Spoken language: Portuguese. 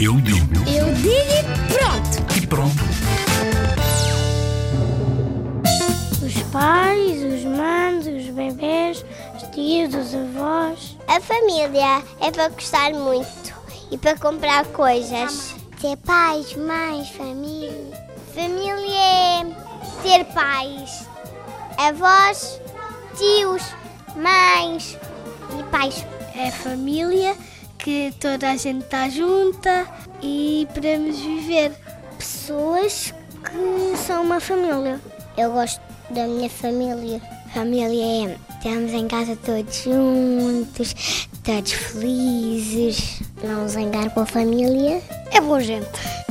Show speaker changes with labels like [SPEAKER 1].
[SPEAKER 1] Eu digo.
[SPEAKER 2] Eu digo e pronto!
[SPEAKER 1] E pronto.
[SPEAKER 3] Os pais, os manos, os bebês, os tios, os avós.
[SPEAKER 2] A família é para gostar muito e para comprar coisas. Ter pais, mães, família. Família é ter pais, avós, tios, mães e pais.
[SPEAKER 3] É família que toda a gente está junta e podemos viver. Pessoas que são uma família.
[SPEAKER 2] Eu gosto da minha família. Família é estamos em casa todos juntos, todos felizes. Vamos andar com a família.
[SPEAKER 3] É boa gente.